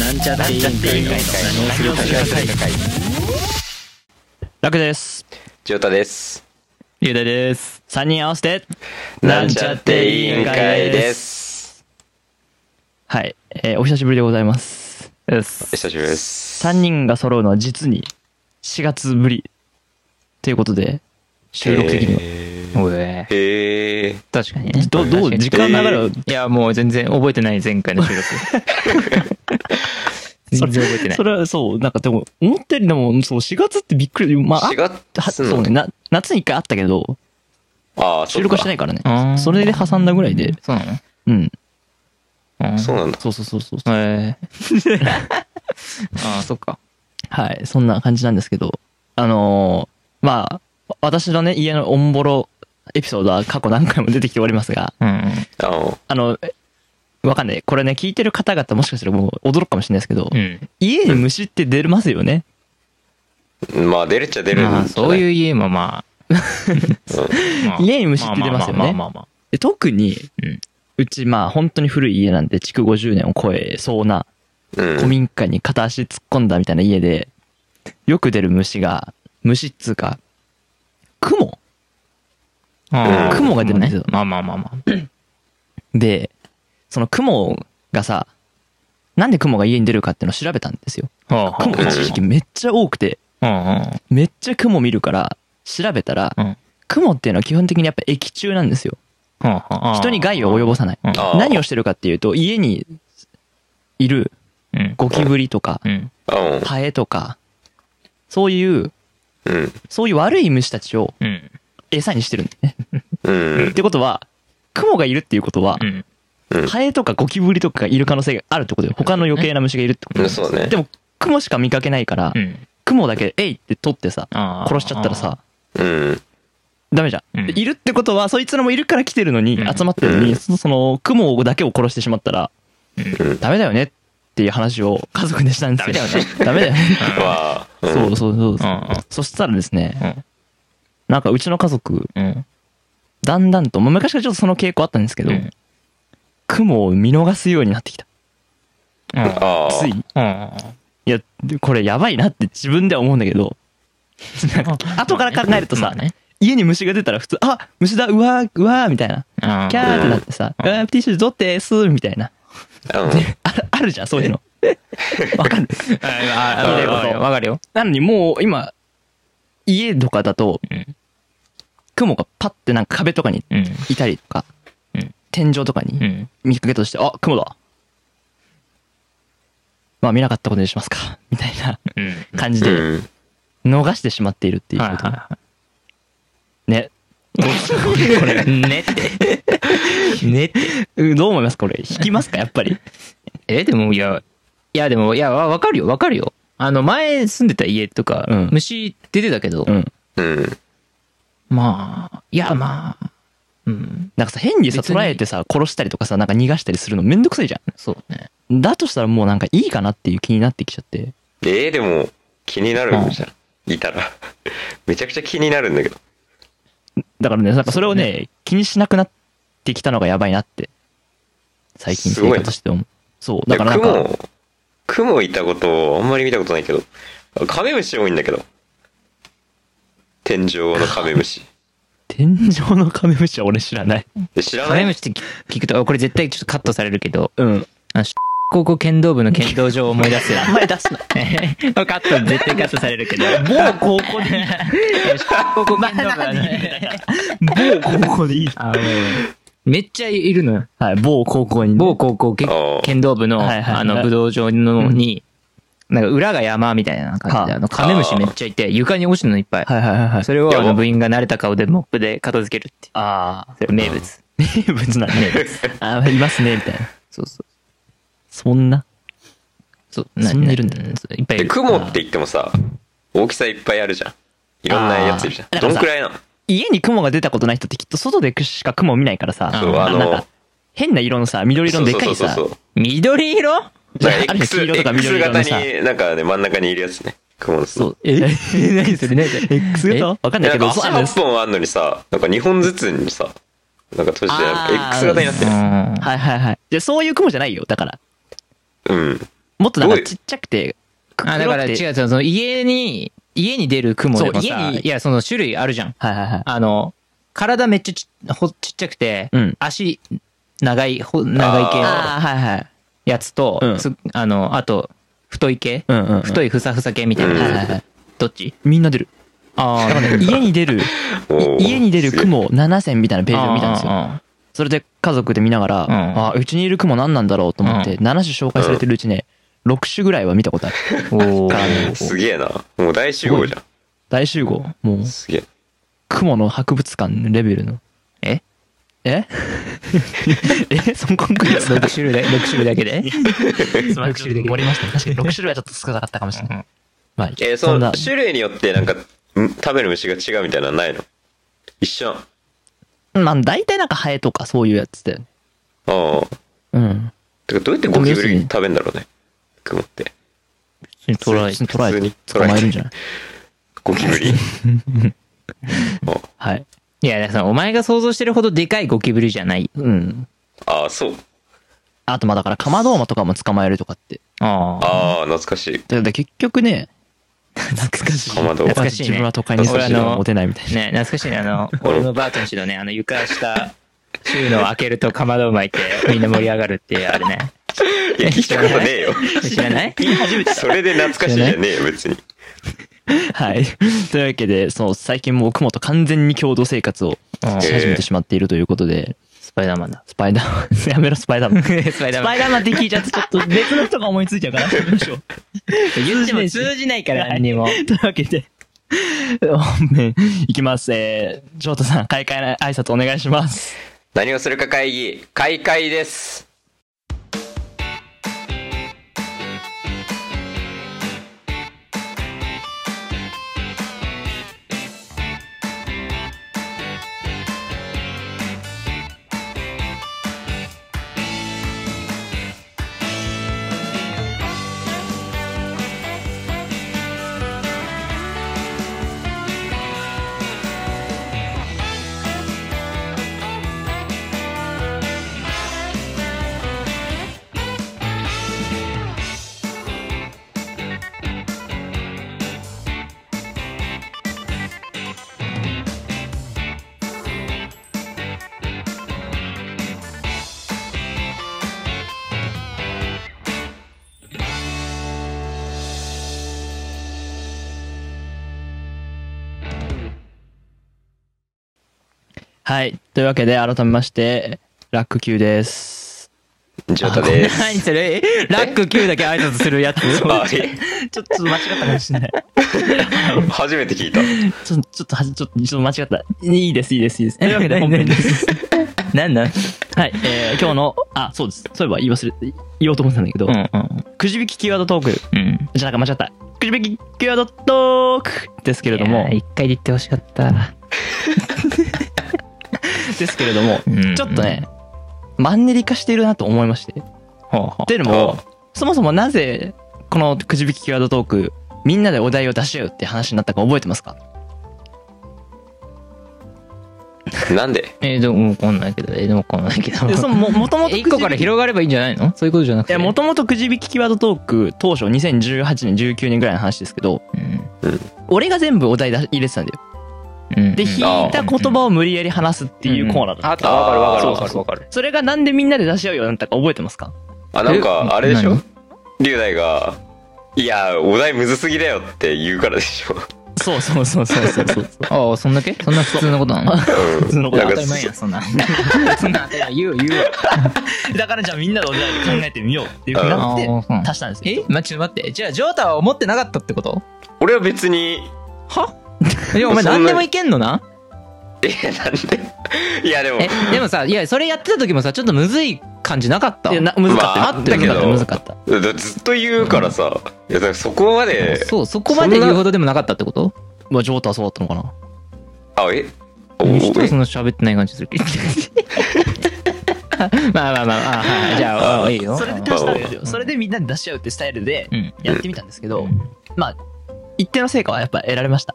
なんちゃって委員会の何をする会楽ですジョータです。ゆうだです3人合わせてなんちゃって委員会です。はい、えーお久しぶりでございますですお久しぶりです。 3人が揃うのは実に4月ぶりということで収録的にはおえへえ。確かにえね。どどう時間流れをいや、もう全然覚えてない、前回の収 録。全然覚えてないそ。れはそう、なんかでも、思ったよりでも、そう、4月ってびっくり、まあ、あ4は月そうね、な、夏に一回あったけど、ああ、。収録はしてないいからねあー。それで挟んだぐらいで、そうなのうん。うんそうなんだ。そうそうそうそう。 えーああ、そっか。はい、そんな感じなんですけど、あのーまあ、私のね、家のオンボロエピソードは過去何回も出てきておりますが、うんうん。あの、あの、えわかんない。これね、聞いてる方々もしかしたらもう驚くかもしれないですけど、うん。家に虫って出ますよね。まあ出るっちゃ出るんじゃまなあ、そういうう。家もまあ。まあ家に虫って出ますよねまあまあまあまあまあで特に、うんうち、まあ、本当に古い家なんで、築50年を超えそうな、うん。古民家に片足突っ込んだみたいな家で、よく出る虫が、虫っつうか、雲ああ。雲が出るんですよねまあまあまあまあ。で、その雲がさ、なんで雲が家に出るかっていうのを調べたんですよ。はあ雲は一時期めっちゃ多くて、あめっちゃ雲見るから、調べたらうん、うん雲っていうのは基本的にやっぱ液中なんですよ。はあはあはあ人に害を及ぼさない。うんあー何をしてるかっていうと、家にいるうん。ゴキブリとか、うん。うん。ハエとか、そういう、うん。そういう悪い虫たちをうん。餌にしてるんだよね。うんっ。てことは、雲がいるっていうことはう、ん。ハエとかゴキブリとかがいる可能性があるってことよ。他の余計な虫がいるってことうんそうねでも、雲しか見かけないからう、ん。雲だけ、えいって取ってさ、あー殺しちゃったらさ、うん。ダメじゃん。うんでいるってことは、そいつらもいるから来てるのに、うん集まってるのうに、んそその、雲だけを殺してしまったら、うんダメだよねっていう話を家族でしたんですよ。ダメだよね。 ダメだよね。そわあ。うそうそうそううんうん。そしたらですね、うんなんかうちの家族、うん。だんだんと、まあ昔からちょっとその傾向あったんですけど、うん雲を見逃すようになってきた。うんああ。つい。いうん。や、でこれやばいなって自分では思うんだけ ど、なんか後から考えるとさまあね、家に虫が出たら普通、あ虫だ、うわー、うわー、みたいな。あキャーってなってさ、ううんわー、ティッシュ取ってーすー、みたいな。うん。ある、あるじゃん、そう いうの。わかる。あそうわかいうることわかるわかるよ。なのにもう今、家とかだとうん、雲がパッてなんか壁とかにうん。いたりとかうん、天井とかうにん。見かけとして、あ、雲だ。まあ見なかったことにしますか、みたいなうん。感じうで、ん。逃してしまっているっていうはいこと。はね。いはい。これ、ねって。ねって。うんどう思いますこれ。引きます かやっぱり。え、でも、いや、いや、でも、いや、わわかるよ、わかるよ。あの、前住んでた家とか、うん虫出てたけど、うん。うん。まあ、いや、まあ、うん、なんかさ、変にさ、別に捉えてさ、殺したりとかさ、なんか逃がしたりするのめんどくさいじゃそうね。ん。だとしたらもうなんかいいかなっていう気になってきちゃって。ええ、でも、気になるんじゃん。いたら。 めちゃくちゃ気になるんだけど。だからね、なんかそれをね、気にしなくなってきたのがやばいなって。最近すごい生ね活して思う。そう。だでからなんか、雲、雲いたこと、あんまり見たことないけど。カメムシ多いんだけど。天井のカメ ムシ。天井のカメムシは俺知らない。え知らカないメムシって聞聞くと、これ絶対ちょっとカットされるけど、うん。あの、高校剣道部の剣道場を思い出すよ。名前出 すな。これカット、絶対カットされるけど。某高校でいい。 高校剣道部はね、某高校でいい。あのめっちゃいるのよ。はい、某高校に、ね。某高校けあー剣道部の、はいはいあの、武道場のに、なんか裏が山みたいな感じで、はああの、カメムシめっちゃいて、床に落ちるのいっぱい。はいはいはいはい。それをやあばの部員が慣れた顔でモップで片付けるっていうああ。それ名物。名物なんで。あーいますね、みたいな。そうそう。そんな。そう。そんないるんだうそういっぱいいでる。雲って言ってもさ大きさいっぱいあるじゃんいろんなやついるじゃあーんどんくらいなの家に雲が出たことない人ってきっと外でしか雲を見ないからさ、そうあなんのか変な色のさ、緑色のでっかいさ、そうそうそう緑色そうあだるじゃからん X, 黄色とか緑 X 色型のさ。になんかね真ん中にいるやつね雲の巣そう。え何それ何それ ?X 型わかんないなけんかど、足そうなんです。 8本あんのにさなんか2本ずつにさなんか閉じてあー X 型になってうん。はいはいはい。じゃあそういう雲じゃないよ、だから。るうんもっとなんかどういうちっちゃくて、くあ、だから違黒くうて違う、その家に、家に出る雲でもそうさ、家にいや、その種類あるじゃん。はいはいはい。あの、体めっちゃちほちっちゃくて、うん足、長い、ほ長い系のああ、はいはい。やつと、うんつあの、あと、太い系、うんうんうん太いふさふさ系みたいなうんはいやはいつ。はい。どっちみんな出る。あだ からね、家に出る、いおー家に出る雲7選みたいなページを見たんですよ。よ。それで家族で見ながら、んあうちにいる雲何なんだろうと思って、う7種紹介されてるうちね、6種ぐらいは見たことある。おーすげえな。もう大集合じゃん。大集合。もう、すげえ。雲の博物館レベルの。ええ えそんこんくらい ?6 種類だ6種類だけで6種類で終わりましたね。確かに6種類はちょっと少なかったかもしれない。まあ、えーそそんのな、種類によってなんか、ん食べる虫が違うみたいなのないの一緒なまあ、大体なんかハエとかそういうやつだよね。のああ。うん。てかどうやってゴキブリ食べんだろうね。雲って。普通にトライ普通に捕らえ普通にて、捕捕らえてまえるんじゃないゴキブリ。はい。いや、だからさお前が想像してるほどでかいゴキブリじゃない。うん。ああ、そう。あと、まあだから、カマドーマとかも捕まえるとかって。ああ。ああ、懐かしい。だから結局ね、 懐かしい。かまど。懐かしいね自分は都会に住んでる俺あのモテないみたい な。ね、懐かしいね。あの、俺のバートン氏のね、あの床下、収納開けるとかまどを巻いて、みんな盛り上がるっていう、あ れね。いや、聞いたことねえよ。知らないそれで懐かしいじゃねえよ、別に。はい。というわけで、その、最近もう雲と完全に共同生活をうんし始めてしまっているということで、スパイダーマンだ。スパイダーマン、 やめろ、スパイダーマン。ススパイダーマパンイ。ダーマンって聞いちゃって、ちょっと別の人が思いついちゃう から、やめましょう。言っても通じないから、何にも。というわけで、本編、いきます。えー、ジョータさん、開会の挨拶お願いします。何をするか会議、開会です。はい。というわけで、改めまして、ラック級です。ジョータで何す。それえラック9だけ挨拶するやつ あちょっと間違ったかもしれない。初めて聞いた。ちょっと、ちょっとはじ、ちょっと、ちょっと間違った。いいです、いいです、いいです。というわけで、何本編です。何なんはい。えー、今日の、あ、そうです。そういえば言い忘れ、言おうと思ってたんだけど、うんうん。くじ引きキーワードトーク。うん。じゃなんか間違った。くじ引きキーワードトークですけけれども、一回で言ってほしかった。ですけれども、うんちょっとね、マンネリ化しているなと思いまして。ほうほっていうのあも、そもそもなぜ、このくじ引きキーワードトーク、みんなでお題を出し合うって話になったか覚えてますかなんでう。えー、でもわかんないけど、えー、でもわかんないけど。でそのも、もともとくじ引一き、個から広がればいいんじゃないのそういうことじゃないくて。や、もともとくじ引きキーワードトーク、当初2018年、19年ぐらいの話ですけど、うん俺が全部お題出し入れてたんだよ。うんで、引いた言葉を無理やり話すっていうコーナーだった。あった、わかるわかるわかるわかる。それがなんでみんなで出し合うようになったか覚えてますかあ、なんか、あれでしょ何龍大が、いや、お題むずすぎだよって言うからでしょ。そうそうそうそう そうそう。ああ、そんだけそんな普通のことなの普通のことなん当たかり、前やん、そんな。そんな当たり前言う、言う。だからじゃあみんなでお題考えてみようっていうふうになあーうんって、足したんですえよ。ま、ちょっと待って。じゃあ、ジョータは思ってなかったってこと俺は別に、いや、お前そんな何でもいけんのなえ、なんでい や、でも、え、でもさ、いや、それやってた時もさ、ちょっとむずい感じなかったいや、な難かったよ。まああったけど難かった。だってずっと言うからさ、いやだからそこまで、そう、そこまで言うほどでもなかったってことまあ、ジョータはそうだったのかな。あ、えおお一えつの喋ってない感じするけど。まあまあまあ、あはいはいじゃあ、あいいよ。それで足したんですよ。それでみんなで出し合うってスタイルでうんやってみたんですけど、うんまあ、一定の成果はやっぱ得られました。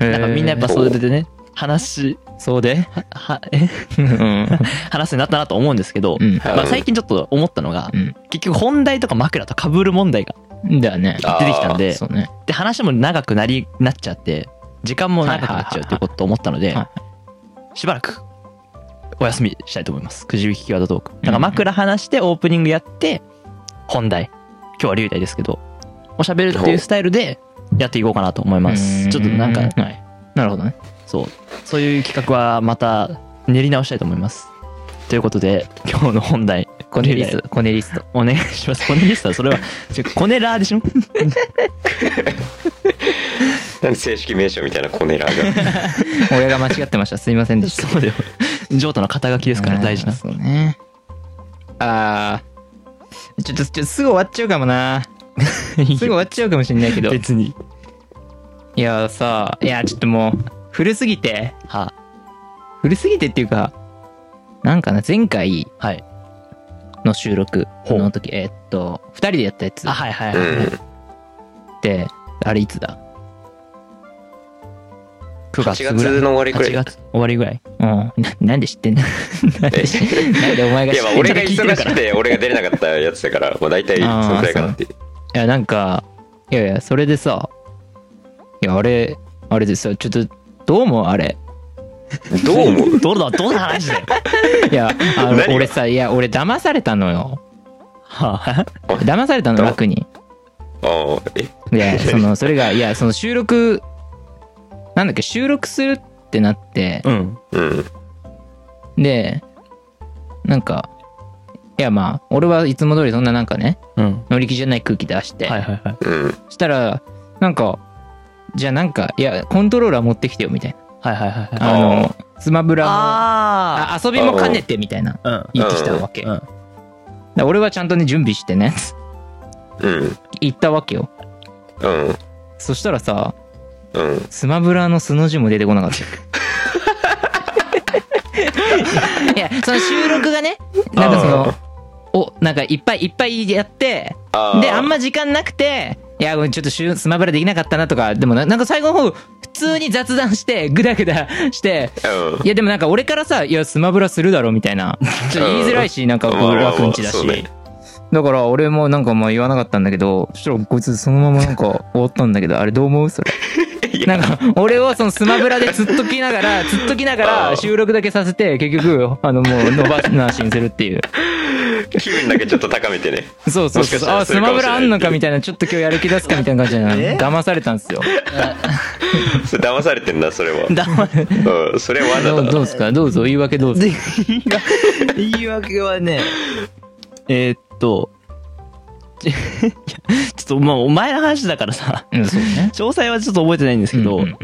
へーなんかみんなやっぱそれでね、話、そうで。はは、え うん。話になったなと思うんですけど、うんまあ最近ちょっと思ったのが、うん結局本題とか枕と被る問題がだよね。あー出てきたんで、そうね。で話も長くなりなっちゃって時間も長くなっちゃうっていうことを思ったので、はいはいしばらくお休みしたいと思いますくじ引きワードトークだから枕話してオープニングやって本題今日は龍大ですけどおしゃべるっていうスタイルでやっていこうかなと思いますちょっとなんかはい。なるほどね。そうそういう企画はまた練り直したいと思いますということで今日の本題コネリスト、コネリスト。お願いしますコネリストはそれ はちょコネラー でしょなんで正式名称みたいなコネラーが。俺が間違ってました。すいませんでした。そうだよジョータの肩書きですから大事なうんそうね。あー。ちょっと、ちょっとすぐ終わっちゃうかもな。 すぐ終わっちゃうかもしん ないけど。別にいや、さ、いや、ちょっともう、古すぎて、は古すぎてっていうか、なんかな、前回はいの収録の時、えーっと、二人でやったやつあはいはいうはい、ん。って、あれいつだ9 8月ぐらい月の終わりくら8い。い月終わりぐらいうん。ななんで知ってんの なんで知 なんでお前が知や、まあってんの俺が聞いて忙るかしらく て、俺が出れなかったやつだから、まあ大体そのくらいかなっていう。いや、なんか、いやいや、それでさ、いや、あれ、あれでさ、ちょっと、どうもあれ。どう思うどうだどうだ話だよいや、あの何が俺さ、いや、俺騙されたのよ。は騙されたのど楽に。ああ、えいや、その、それが、いや、その収録、なんだっけ、収録するってなって、うんうん。で、なんか、いや、まあ、俺はいつも通りそんななんかね、うん乗り気じゃない空気出して、はいはいはいうん。したら、なんか、じゃあなんか、いや、コントローラー持ってきてよ、みたいな。はいはいはいはいあの、スマブラも、ああ遊びも兼ねてみたいなあうん言ってきたわけ、うんだから俺はちゃんとね準備してねうん。行ったわけようん。そしたらさうん。スマブラの素の字も出てこなかったいやその収録がねなんかそあのおなんかいっぱいいっぱいやってあーであんま時間なくていやごめんちょっとしゅスマブラできなかったなとかでもななんか最後の方普通に雑談してグダグダしてうん。 いやでもなんか俺からさ「いやスマブラするだろ」みたい なちょっと言いづらいしなんかこまあうまあまあ楽んちだそうしねだから俺もなんかまあ言わなかったんだけどそしたらこいつそのままなんか終わったんだけどあれどう思う それなんか俺をそのスマブラでつっときなが らつっときながあらー収録だけさせて結局あのもう伸ばしなしにする っていう気分だけちょっと高めてね。 そうそうもしかしそうたらあそうかスもマしれないブラあんのかみたいなちょっと今日やる気出すかみたいな感じでえ騙されたんですよそれ騙されてんな、それは。だまうん。それは罠どだうな。どうですかどうぞ言い訳どうぞで言い訳言い訳はねえーっと ちいやちょっとまあお前の話だからさうんそうね詳細はちょっと覚えてないんですけど、うんうん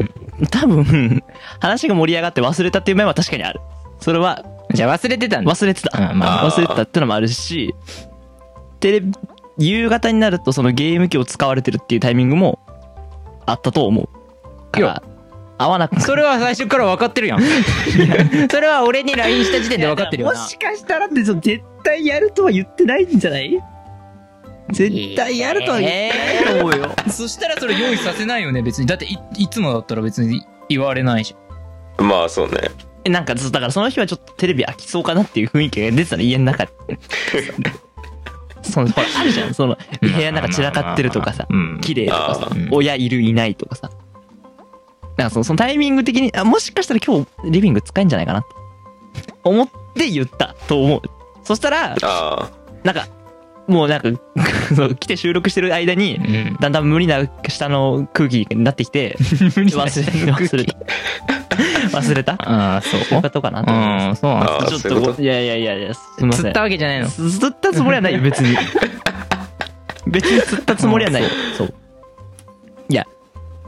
多分話が盛り上がって忘れたっていう面は確かにあるそれはじゃあ忘れてたんだ忘れてた、うんまあ忘れてたってのもあるしテレビ夕方になるとそのゲーム機を使われてるっていうタイミングもあったと思うかいらや合わなくそれは最初から分かってるやんそれは俺に LINE した時点で分かってるよなもしかしたらってその絶対やるとは言ってないんじゃない絶対やるとは言ってないと思うよ、そしたらそれ用意させないよね別にだっていいつもだったら別に言われないしまあ、そうね。 えなんかそうだからその日はちょっとテレビ飽きそうかなっていう雰囲気が出てたの家の 中でそのほらあるじゃんその部屋の中散らかってるとかさうん綺麗とかさあーうん親いるいないとかさなんかそのそのタイミング的にあもしかしたら今日リビング使えんじゃないかなと思って言ったと思うそしたらあなんかもうなんか その来て収録してる間にうんだんだん無理な下の空気になってきて忘れ忘れた 忘れたああそうそういうことかなと思いますうんそうなんあーちょっそういうことといやいやいやいや、すいません。釣ったわけじゃないのす釣ったつもりはないよ、別に。別に釣ったつもりはないよ。そう。いや、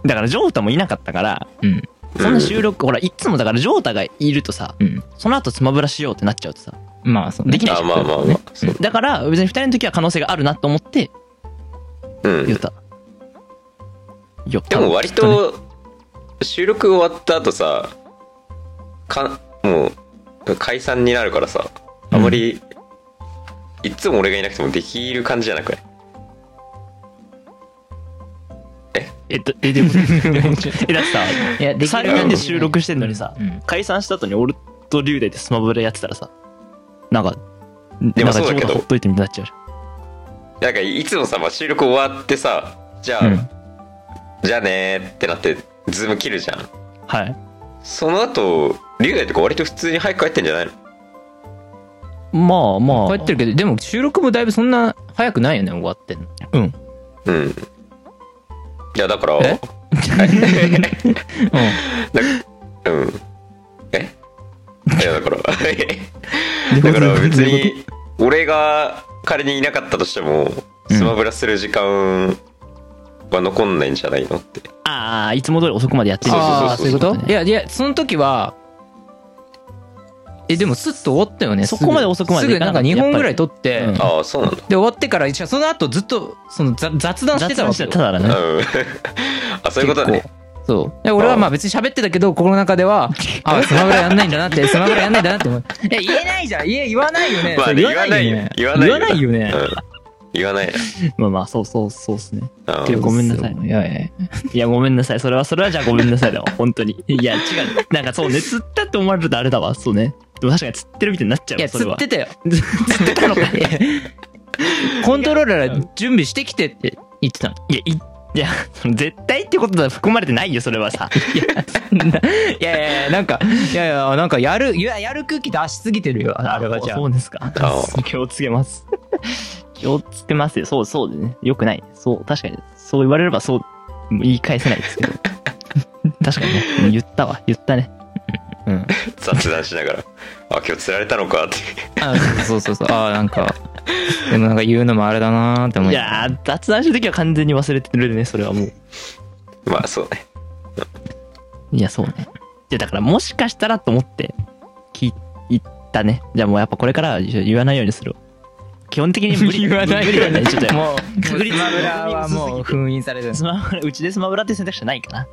だから、ジョータもいなかったから、うんそんな収録、ほら、いつもだから、ジョータがいるとさ、うんその後スマブラしようってなっちゃうとさ、まあそうできないあ。じあゃんまあまあまあ。そうだから、別に二人の時は可能性があるなと思って、うん。言った。よでも割きっねと収録終わった後さかもう解散になるからさあまり、いつも俺がいなくてもできる感じじゃなくないえっと、え、でも、え、だってさ、いや、できる3人で収録してんのにさ、うん解散した後に俺と龍大でスマブラやってたらさ、なんか、でなもんかそうだけど冗談ほっといてみたいになっちゃうじなんかいつもさ、まあ、収録終わってさ、じゃあ、うんじゃあねーってなって、ズーム切るじゃん。ゃん。はい。その後、龍大とか割と普通に早く帰ってんじゃないのまあまあ。帰ってるけど、でも収録もだいぶそんな早くないよね、終わってんの。うん。うん。いや、だから、えうん。えいや、だから、だから別に、俺が仮にいなかったとしても、スマブラする時間は残んないんじゃないのって。ああ、いつも通り遅くまでやってるああ、そういうこといいや、や、いや、その時は、え、でもスッと終わったよね。そこまですぐ遅くまですぐなんか2本ぐらい撮って、やっぱりうんああ、そうなんだ。で、終わってから、その後ずっと、その雑雑談して雑た談わけしてよ。たからね。うん。 あ、そういうことだね。そう。で俺はまあ別に喋ってたけど、心の中で は、あ、スマブラやんないんだなって、スマブラやんないんだなって思う。いや、言 えないじゃん。いや、言わないよね。まあそねれ言わないよ。言わない言わないよね。うん言わないよ。まあまあ、そうそう、そうっすね。うんていうごめんなさいいやいやいや、ごめんなさい。それは、それはじゃあごめんなさいだわ。本当に。いや、違う。なんかそうね、釣ったって思われるとあれだわ。そうね。でも確かに釣ってるみたいになっちゃいうわ、や、それ釣はっ。てたよ。釣ってたのか。いや、コントローラー準備してきてって言ってたの。いいや、 その絶対ってことは含まれてないよ、それはさ。 いやいやいや、なんか、いやいや、なんかやる、いや、やる空気出しすぎてるよ、あれはじゃあそ。うですかあ。気をつけます。気をつけますよ。そう、そうでね。よくない。そう、確かに。そう言われればそう、もう言い返せないです けど。確かにね。うん言ったわ。言ったね。うん。雑談しながら。あ、今日釣られたのかって。 あそうそうそうそう。あなんか、でもなんか言うのもあれだなーって思いいやー、雑談した時は完全に忘れてるね、それはもう。まあ、そうね。いや、そうね。いや、だからもしかしたらと思って、聞いたね。じゃあもうやっぱこれからは言わないようにする。基本的に無 理言わない無理だね、ちょっと。もう、ス確率マブラはもう封印されてる。スマブラ、うちでスマブラって選択肢はないか な。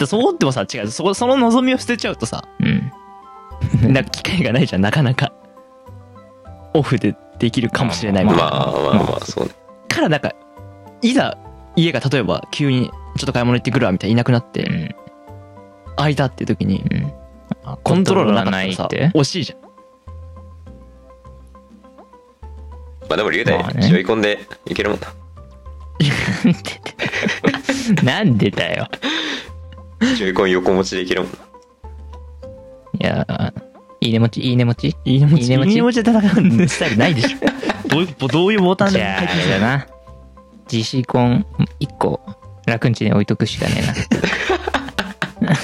でそう思ってもさ、違う。そ、その望みを捨てちゃうとさ、うん。なんか機会がないじゃん、なかなか。オフでできるかもしれないまもあんまあまあ、そうね。から、なんか、いざ、家が例えば急に、ちょっと買い物行ってくるわ、みたいにいなくなっうて、ん空いたっていう時に、うん。コントロールなかったらさコントローラーないっ、て惜しいじゃん。まあでも、龍まあ大、ね背負い込んでいけるもんな。なんでだよ。背負い込み横持ちでいけるもんな。いやー、いいね持ち、いいね持ち。いいね持いいち。いねい持ちね持ちで戦うスタイルないでしょ。どういう、どういうボタンじでゃあ、回あ転れすだるな。自シコン1個、楽んちに置いとくしかねえな。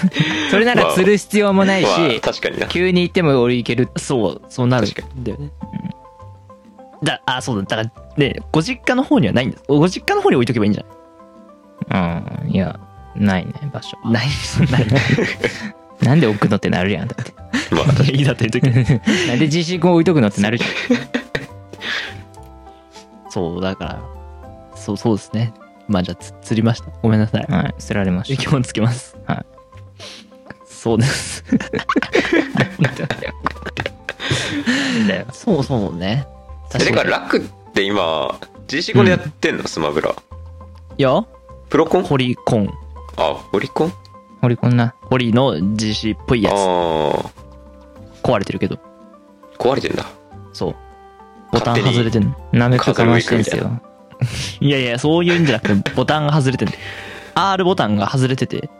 それなら釣る必要もないまあ、し、確かにな。急に行っても俺いける。そう、そうなる確んだよね。だ、あ、そうだ、だから、ね、ご実家の方にはないんだ。ご実家の方に置いとけばいいんじゃうん、いや、ないね、場所。ないない、そんなに。 なんで置くのってなるやん、だって。まあ、確かにいいだという時に。なんで自シコン置いとくのってなるじゃん。そう、だから、そう、そうですね。まあじゃあ、つ釣りました。ごめんなさい。はい、すられまし気をつけます。はい。そうです。た。そうそうね。えてか、楽って今、GC5 でやってんの、スマブラ。いや、プロコンホリコン。あ、オリコン俺こんな。ホリの GC っぽいあやあ、つ。壊れてるけど。壊れてんだ。そう。ボタン勝手に外れてんの。なめこかましてんすよ。いやいや、そういうんじゃなくて、ボタンが外れてる。R ボタンが外れてて、へ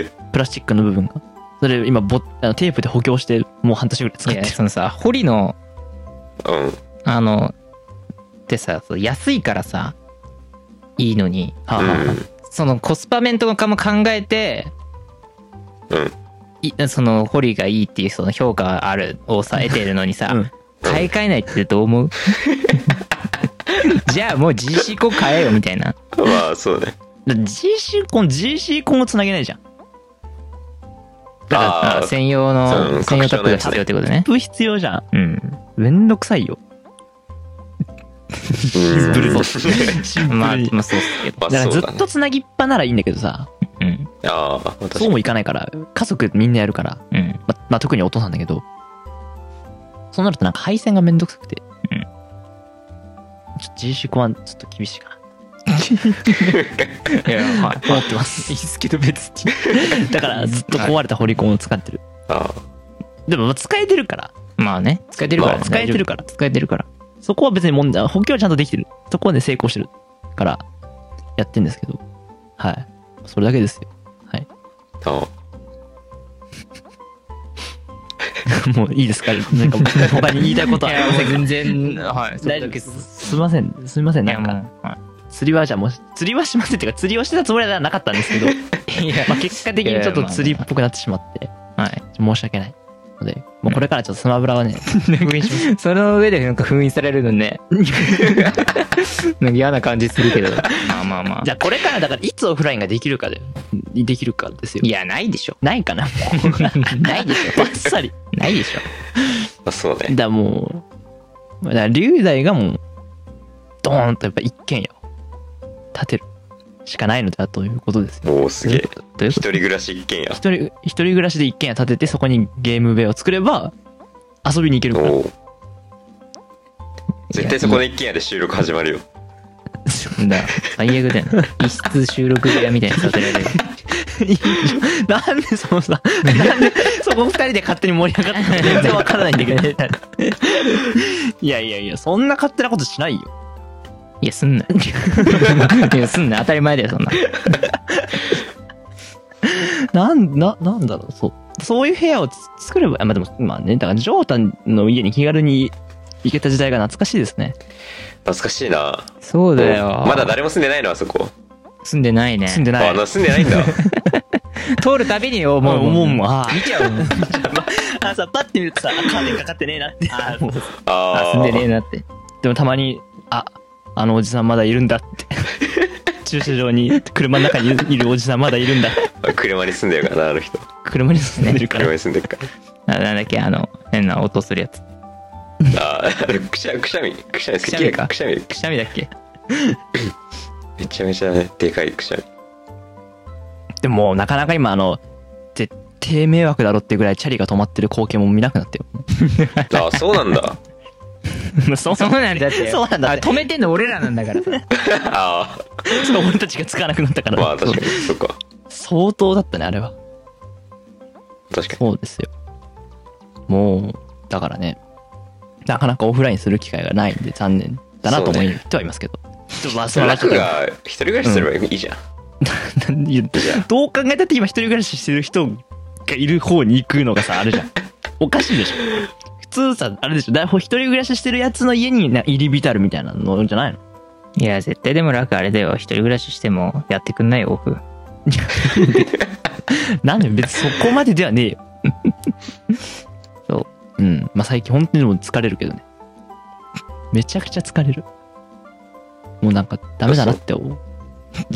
え。プラスチックの部分が。それ今ボあのテープで補強してもう半年ぐらい使いってや、る。そのさ、堀の、うん。あの、ってさ、そう安いからさ、いいのに、はあうはあはあん。そのコスパ面とかも考えて、うん。いその堀がいいっていうその評価あるをさ、得てるのにさ、うん買い替えないってどう思う じゃあもう GC コ買えよみたいな。まあ、そうね。だから GC コン、GC コンをつなげないじゃん。だあかあら、専用の、うん専用タップが必要ってことね。プ必要じゃん。うん。めんどくさいよ。うんブルゾシンプルに。まあ、まあそうっすけど。 まあ、だからそずうだっねと。つなぎっぱならいいんだけどさ、うん。ああ、確かそうに。もいかないから、家族みんなやるから、うん。ままあ特にお父さんだけど、そうなるとなんか配線がめんどくさくて、うんちょっと GC コンはちょっと厳しいかな。いや、はい。思ってます。 いいですけど別に。 だからずっと壊れたホリコンを使ってる。あでもまあ使えてるから。まあね、使えてるから、まあ使えてるから大丈夫使えてるから。そこは別に問題、補強はちゃんとできてる。そこはね、成功してるから、やってんですけど。はい。それだけですよ。 はい。あもういいですかなんか、他に言いたいこといはありませや、もうかん全然、はい。大丈夫 です。すいません。すいません。いなや、んか、もう、は釣りはじゃあもう、釣りはしませんっていうか、釣りをしてたつもりはなかったん ですけど、い。いやまあ結果的にちょっと釣りっぽくなってしまって、はい。申し訳ない。ので、もうこれからちょっとスマブラは ね、封印します。その上でなんか封印されるの ね。なんか嫌な感じするけど。まあまあまあ。じゃあこれからだから、いつオフラインができるかで、できるかですよい。や、ないでしょ。ないかなもうないでしょ。ばっさり。ないでしょ。あそうだかねらもう、だから龍大がもう、ドーンとやっぱ一軒家を建てるしかないのだということですよ。おおすげえどういう一こ人暮らし一軒家一人、一人暮らしで一軒家建てて、そこにゲーム部屋を作れば、遊びに行けるから。おお絶対そこの一軒家で収録始まるよとだよ最悪だよな。一室収録部屋みたいにさせられる。いいじゃんなんでそのさ、なんでそこ二人で勝手に盛り上がったのか全然わからないんだけど。いやいやいや、そんな勝手なことしないよ。いや、す んなよ。いや、すんな。当たり前だよ、そんな。なんな、なんだろう、そう。そういう部屋をつ作れば、あまあでも、まあね、だから、ジョータンの家に気軽に行けた時代が懐かしいですね。懐かしいなそうだよ。まだ誰も住んでないのあそこ住んでないね。住んでなあい。な住んでないんだ通るたびにも思うう、もん。思うもん。あ見ちゃうもん。あ、あさ、パッて見るとさ、カーテンかかってねえなって。あそうそうあああ住んでねえなって。でもたまに、あ、あのおじさんまだいるんだって。駐車場に、車の中にいるおじさんまだいるんだ。車に住んでるからなあの人車に住んでるから車。に住んでるからあなんだっけ、あの、変な音するやつ。あーくしゃくしゃみくしゃみくしゃみかくしゃみくしゃみだっけめちゃめちゃでかいく しゃみでももうなかなか今あの絶対迷惑だろってぐらいチャリが止まってる光景も見なくなってあーそうなん だよそそうなんだって。そうなんだってあ止めてんの俺らなんだからさ。 あそう俺たちがつかなくなったかあら、まあ確かにそっか相当だったねあれは確かにそうですよもうだからねなかなかオフラインする機会がないんで残念だなと思ってはいますけど、ちょっとまあその楽が一人暮らしすればいいじゃん、いやどう考えたって今一人暮らししてる人がいる方に行くのがさあるじゃんおかしいでしょ普通さあれでしょだ一人暮らししてるやつの家にな入り浸るみたいなのじゃないのいや、絶対でも楽あれだよ。一人暮らししてもやってくんないよ、オフ。なんで別にそこまでではねえよ。 そうう。ん。まあ、最近本当にもう疲れるけどね。めちゃくちゃ疲れる。もうなんかダメだなって思う。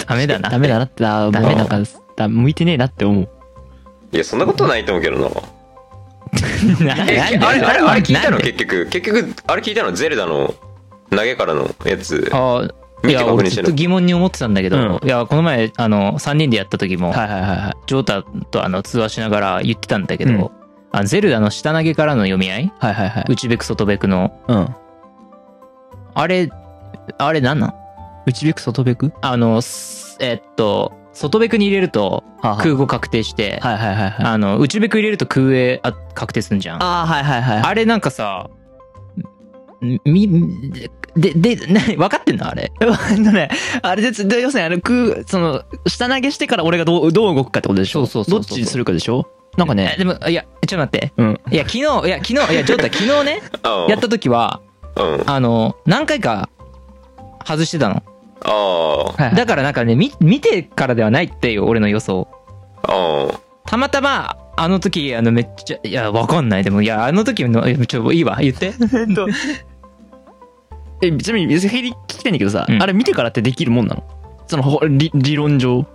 ダメだな。ダメだなって、あーダもうメなだんかだ向いてねえなって思う。いやそんなことないと思うけどなな。えなんであれあれあれ聞いたなのんで結局結局あれ聞いたのゼルダの投げからのやつあーい見てや、確認俺してずるっと疑問に思ってたんだけど、ういや、この前、あの、3人でやった時も、はいはいはいはい。ジョータとあの通話しながら言ってたんだけど、うんあのゼルダの下投げからの読み合いはいはいはい。内ベク外ベクの。うん。あれ、あれなんなん内べく外べくあの、すえっと、外ベクに入れるとはあはあ空語確定して、はいはいはいはい。あの、内ベク入れると空英あ確定すんじゃん。あああ、はいはいはい。れなんかさ、んみ、んで、で、な、分かってんのあれ。 あのね、あれです、で要するにあの、空、その、下投げしてから俺がどう、どう動くかってことでしょそうそうそうそうどっちにするかでしょなんかえね、でも、いや、ちょっと待って。うん。いや、昨日、いや、昨日、いや、ジョータ、 昨日ね、うんやった時は、うんああの、何回か外してたの。あはいはいだからなんかね、み見てからではないっていう俺の予想。ああたまたま、あの時、あの、めっちゃ、いや、わかんない。でも、いや、あの時の、いやちょ、いいわ、言 って。え、ちなみに、ヘリ聞きたいんだけどさ、うんあれ見てからってできるもんなのその、ほ理理論上。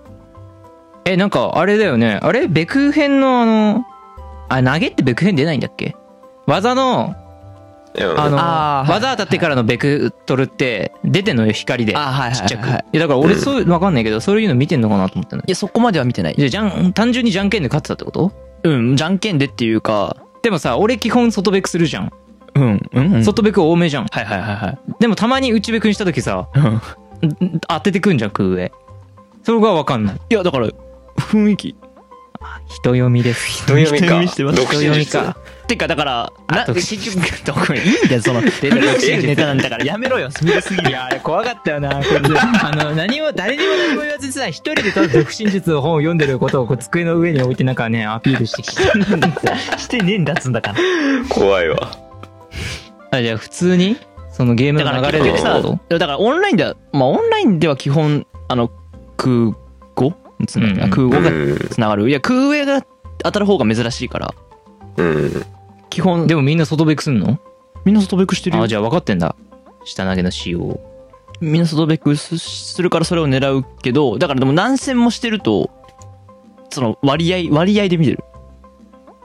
え、なんか、あれだよね。あれベク編のあの、あ、投げってベク編出ないんだっけ技の、うんあの、あーはい技当たってからのベクトルって、出てんのよ、光で。あはいはいはいはいちっちゃく。いや、だから俺、そう、わかんないけど、そういうの見てんのかなと思ってんい。のや、そこまでは見てない。じゃあ、じゃん、単純にじゃんけんで勝ってたってことうん、じゃんけんでっていうか、でもさ、俺基本外ベクするじゃん。うん、うん、うん。外ベク多めじゃん。はいはいはいはい。でもたまに内ベクにした時さ、うんん当ててくんじゃん、空上。それがわかんない。いや、だから、雰囲気。人読みです。人読み人か読みしてます独身術人読てか、だから、な、独身結 局、どこに、いいんだよ、その、独身ネタなんだから、やめろよ、すみれすぎる。いや、あれ怖かったよな、これで。あの、何も、誰にも何も言わずにさ、一人でただ独身術の本を読んでることをこう机の上に置いてなんかね、アピールしてきて。してねえんだっつうんだから。怖いわあ、じゃあ普通にそのゲームだのか流られ結で局さ、だからオンラインでは、まあオンラインでは基本、あの、空語つながる。う空う語がんつながる。いや、空上が当たる方が珍しいから、うん基本、でもみんな外ベクすんのみんな外ベクしてるよあ、。じゃあ分かってんだ。下投げの仕様。みんな外ベクすするからそれを狙うけど、だからでも何戦もしてると、その割合、割合で見てる。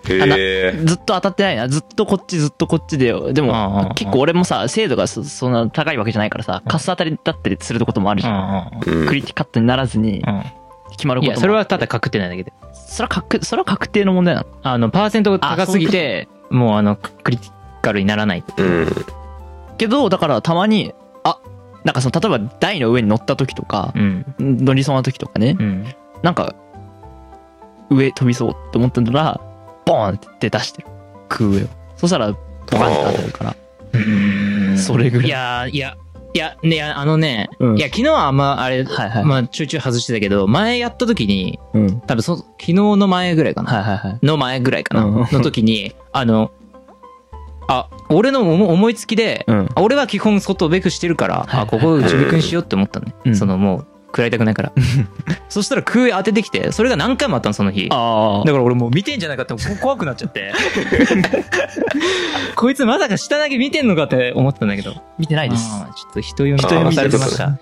へえずっと当たってないな。ずっとこっち、ずっとこっちで。であああもあ、結構俺もさ、精度がそそんな高いわけじゃないからさ、カス当たりだったりすることもあるじゃん。ううんクリティカットにならずにんうん。決まるいこともあや、るそれはただ確定なだけで。それは確、それは確定の問題なの。あの、パーセントが高すぎて、もうあの、クリティカルにならない。うんけど、だからたまに、あ、なんかその、例えば台の上に乗った時とか、うん。乗りそうな時とかねう、ん。なんか、上飛びそうって思ったんだら、ボーンって出してる。空上を。そしたら、ポカンって当たるから。それぐらいいやー、いや、いや、ね、あのね、うんいや、昨日はあんま、あれ、はいはいまあ、ちょいちょい外してたけど、前やった時に、うん。多分そ、昨日の前ぐらいかな。はいはいはい。の前ぐらいかな。うんの時に、あの、あ、俺の思思いつきで、うんあ俺は基本外をベクしてるから、はいあ、ここ内部君しようって思ったのね。うんその、もう、食らいたくな いから。そしたら空当ててきて、それが何回もあったの、その日。あだから俺もう見てんじゃないかってこ怖くなっちゃって。 こいつまさか下だけ見てんのかって思ったんだけど。あ、見てないです。あーちょっと人読み人読みされてました。あ、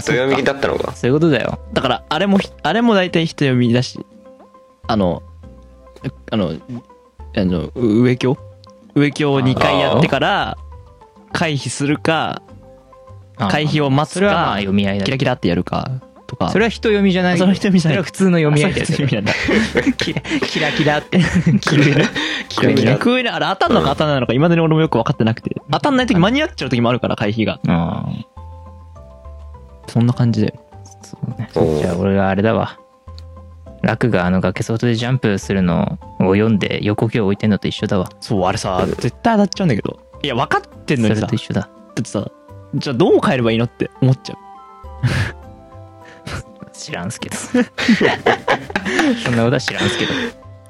人そう読みか。だったのかそういうことだよ。だから、あれもひ、あれも大体人読みだし、あの、あの、あの、う上京上京を2回やってから、回避するか、あー回避を待つそれはまあか、読み合いだキけラキラってやるか、とか。ど。それは人読みじゃない。それは人読みじゃないそれは普通の読み合いだあそういう意味なんだ。 キラキラキラって。 キラキラ。キラキラ空上であれ当たんのか当たんないのか、いまだに俺もよく分かってなくて。当たんない時間に合っちゃう時もあるから、回避が。ああ。そんな感じで。そうね。おうじゃあ俺はあれだわ。ラクがあの崖相当でジャンプするのを読んで横木を置いてんのと一緒だわ。そう、あれさ、絶対当たっちゃうんだけど。いや、分かってんそのにれさ。とだ一緒だ。ってさ、じゃあどう変えればいいのって思っちゃう。知らん すけど。そんなことは知らんすけど。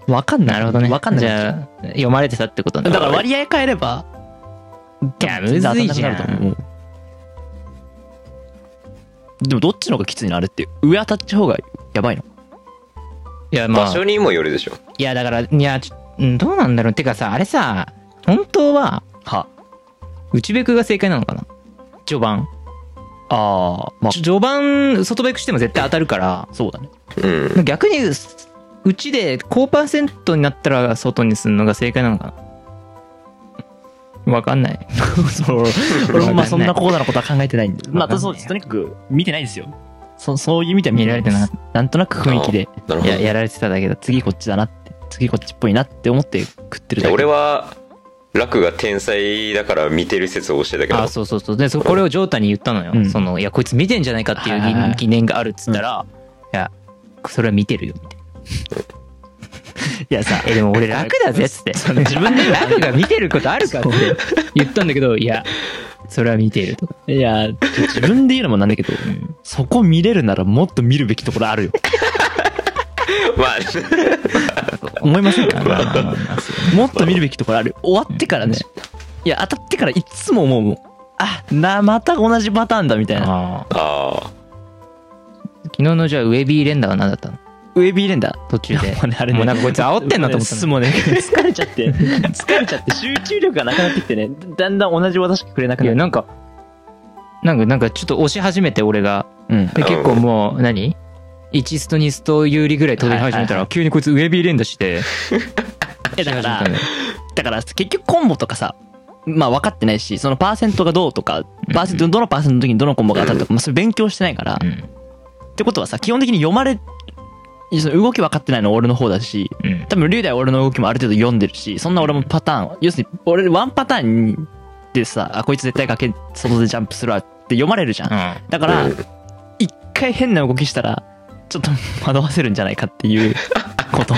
分かんない。なるほどね。分かんない。じゃあ、読まれてたってことねだから割合変えれば、いやむずいじゃ多ん分全然当たなくなると思う。でもどっちの方がきついのあれって。上当たっちゃう方がやばいの。いや、ま場あ、所にもよるでしょいや、だから、いや、ちょうんどうなんだろう。てかさ、あれさ、本当は、は。内ベクが正解なのかな序盤。ああ、まあち、ょ序盤、外ベクしても絶対当たるから、そうだね。うん逆に、うちで高パーセントになったら外にするのが正解なのかなわかんない。 そう。俺もまあそんな高度なことは考えてないんで。まあ、ただそうです。わとにかく見てないですよ。そそういう意味では見られてなかっい。なんとなく雰囲気で、なるほいどや、やられてただけだった。次こっちだなって、次こっちっぽいなって思って食ってるだけ。俺は楽が天才だから見てる説を教えたけどあ、そうそうそう。で、そこれをジョータに言ったのよ。うんその、いや、こいつ見てんじゃないかっていうはいはいは疑い疑念があるっつったら、いや、それは見てるよ、みたいな。いやさ、 え、でも俺楽だぜっつって。自分でラグが見てることあるかって言ったんだけど、いや、それは見てるとか。いや、ちょ自分で言うのもなんだけど、そこ見れるならもっと見るべきところあるよ。まあ 思いませんかまあまあまあまあもっと見るべきところある。終わってからね。いや、当たってからいっつも思うもん。あ、な、また同じパターンだみたいな。あああ昨日のじゃあウェビーレンダーは何だったのウェビーレンダー。途中で。もうねあれねもうなんかこいつ煽ってんなと思ったの。もうね、疲れちゃって、疲れちゃって、集中力がなくなってきてね、だんだん同じ技しかくれなくいなや、る。なんか、なんか、なんかちょっと押し始めて俺が。うん。で、結構もう、何 ?1 スト2スト有利ぐらい飛び始めはいたはいはら、急にこいつウェビーレンダーして、え、だかし始めらたの、よだから結局コンボとかさ、まあ分かってないし、そのパーセントがどうとか、パーセント、どのパーセントの時にどのコンボが当たるとか、まあそれ勉強してないから、ってことはさ、基本的に読まれ、その動き分かってないの俺の方だし、うん。うん。多分、龍大は俺の動きもある程度読んでるし、そんな俺もパターン、要するに、俺、ワンパターンにってさ、あ、こいつ絶対崖、外でジャンプするわって読まれるじゃん。うだからうん、一回変な動きしたら、ちょっと惑わせるんじゃないかっていうこと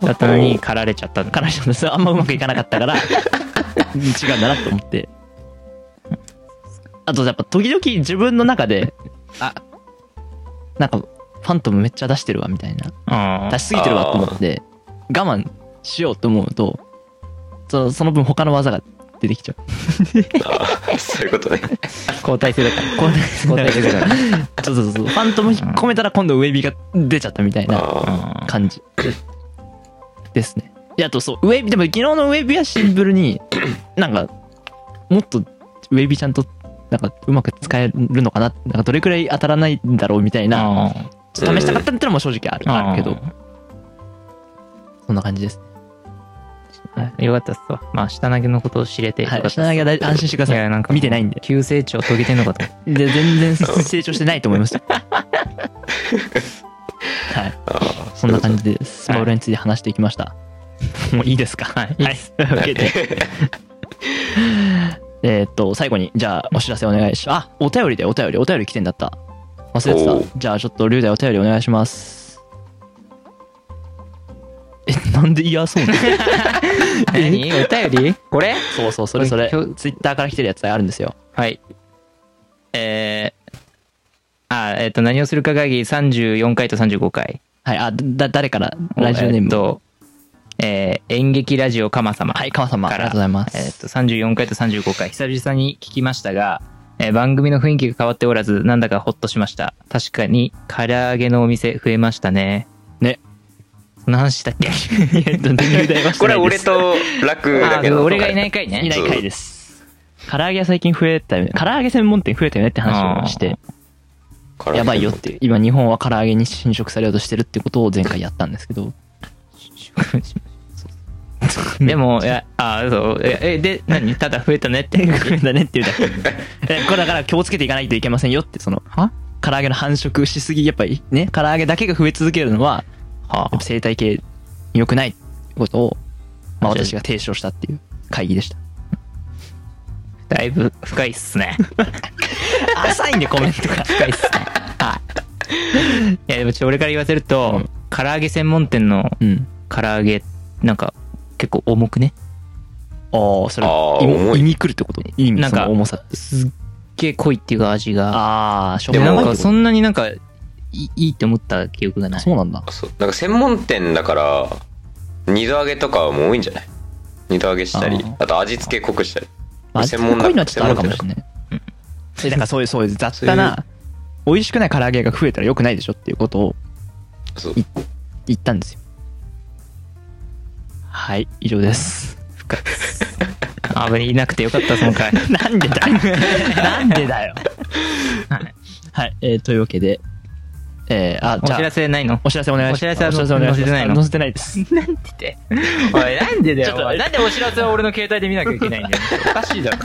だったのに、狩られちゃった。狩られちゃった。それあんまうまくいかなかったから、違うんだなと思って。あと、やっぱ時々自分の中で、あ、なんか、ファントムめっちゃ出してるわ、みたいな。ん。出しすぎてるわと思って我慢しようと思うとそのその分他の技が出てきちゃうあそういうことね。交代制だから。こう交代制だから。そうそうそうファントム引っ込めたら今度ウェビーが出ちゃったみたいなあ感じですねいやあとそうウェビーでも昨日のウェビーはシンプルになんかもっとウェビーちゃんとなんかうまく使えるのかななんかどれくらい当たらないんだろうみたいなあ試したかったってのも正直あるあ。あるけどそんな感じですはい。よかったっすわ。まあ、下投げのことを知れてよかはったっいす。下投げは大安心してくださいいやなんか見てないんで急成長遂げてんのかと 思っで全然成長してないと思い ましたはいあ。そんな感じでスマブラについて話していきました、もういいですかはいいはい受けて えーっと最後にじゃあお知らせお願いしあお便りでお便りお便り来てんだった忘れおてうたじゃあちょっと龍大お便りお願いしますえなんで嫌そうな のて。何お便りこれそうそうそれそれこれ今日ツイッターから来てるやつがあるんですよはい。えー、あ、えっ、と、何をするか会議34回と35回。はいあだ誰からラジオネーえっムをと、えー演劇ラジオかまさま。はい、川様、あかりらがとうございます。えっ、と、34回と35回、久々に聞きましたが、えー番組の雰囲気が変わっておらず、なんだかほっとしました。確かに、唐揚げのお店増えましたね。 ね。その話したっ けえっと、入大はこれは俺と 楽だけあど。俺がいない回ね。いない回です。唐揚げは最近増えたよね。唐揚げ専門店増えたよねって話をして、唐揚げやばいよっていう、今日本は唐揚げに侵食されようとしてるってことを前回やったんですけ ど、でも、いや、あ、そう、え、えで、何ただ増えたねって。増えたね っていうだけ。 えこれだから気をつけていかないといけませんよって、その、は唐揚げの繁殖しすぎ、やっぱりね、唐揚げだけが増え続けるのは、はやっぱ生態系に良くないことを、まあじゃあ私が提唱したっていう会議でした。だいぶ深いっすね。 浅いんでコメントが。深いっすね。はい。いや、でもちょ、俺から言わせると、唐揚げ専門店のうん。唐揚げ、なんか、結構重くね。ああ、それあー意重味い意味くるってこと意味なんそかの重さってすっげえ濃いっていうか味が。ああしょでうもがなないっんか、てことそんなになんか、いいいって思った記憶がない。そうなんだあそうなんか専門店だから二度揚げとかも多いんじゃない二度揚げしたりああと味付け濃くしたりあ専門だこういうのはちょっとあるかもしれないえなんかそういうそういう雑多な美味しくない唐揚げが増えたらよくないでしょっていうことをそう言ったんですよはい以上ですあ、いなくてよかった、その 回。 なんでだよ なんでだよはいはい、えー、というわけでえー、あおじ知ゃあらせないのお知らせお願いしますお知らおせは願いします載せてないの載せてないですって。おい、なんで だちょっとよ。おいなんでお知らせは俺の携帯で見なきゃいけないんだよ。おかしいだろ。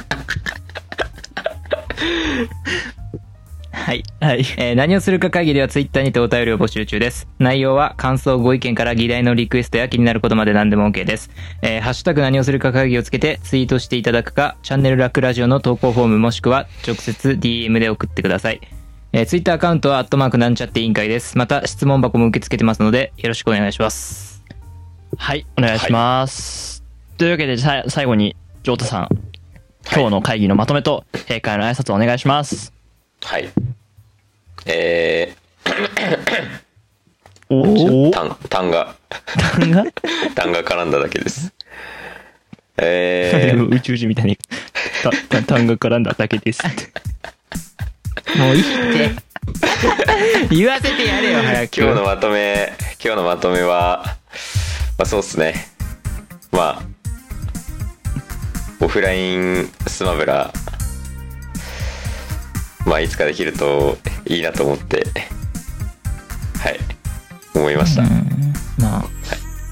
はい。はいえー何をするか会議ではツイッターにてお便りを募集中です。内容は感想、ご意見から議題のリクエストや気になることまで何でも OK です。えーハッシュタグ何をするか会議をつけてツイートしていただくか、チャンネルラクラジオの投稿フォームもしくは直接 DM で送ってください。えー、ツイッターアカウントはアットマークなんちゃって委員会です。また質問箱も受け付けてますので、よろしくお願いします。はい、お願いします。というわけで、さ最後に、ジョータさん、今日の会議のまとめと、閉会の挨拶をお願いします。はいえおー、お タンタンがが、タンが絡んだだけです えー、宇宙人みたいに、た、た、単が絡んだだけです って。もういいって。 言わせてやれよ、早く。今日のまとめ今日のまとめはまあそうっすねまあオフラインスマブラまあいつかできるといいなと思ってはい思いました、うんまあ、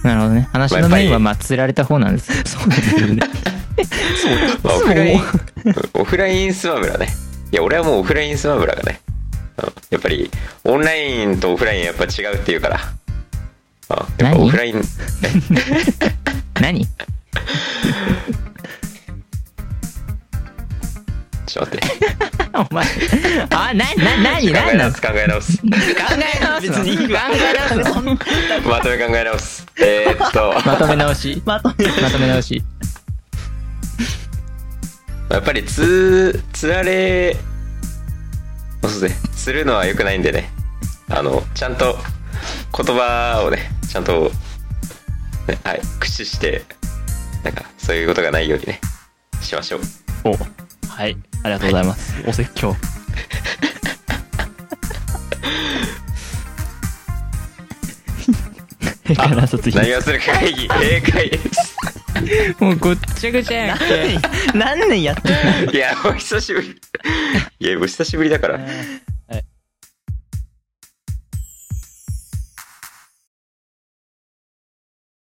なるほどね。話のメインは、まあ、釣られた方なんですけ ど。そうなんですよ ね。まあ、オフライン オフラインスマブラねいや俺はもうオフラインスマブラがねうんやっぱりオンラインとオフラインやっぱ違うっていうからあやっぱ何オフライン何ちょっと待って。お前、あ、な、な、なに、考なえんな直んすす、か考え直す。考え直すの。別にいいわ考え直すの。まとめ考え直す。えーっと、まとめ直し。まとめまとめ直し。やっぱりつ、つられ、そうですね、するのは良くないんでね、あの、ちゃんと言葉をね、ちゃんと、ね、はい、駆使して、なんか、そういうことがないようにね、しましょう。おはいありがとうございます、お説教えから卒業何をするか会議、閉会です。もうごっちゃごちゃやんけ。何年やってんのいや、お久しぶり。いや、お久しぶりだから。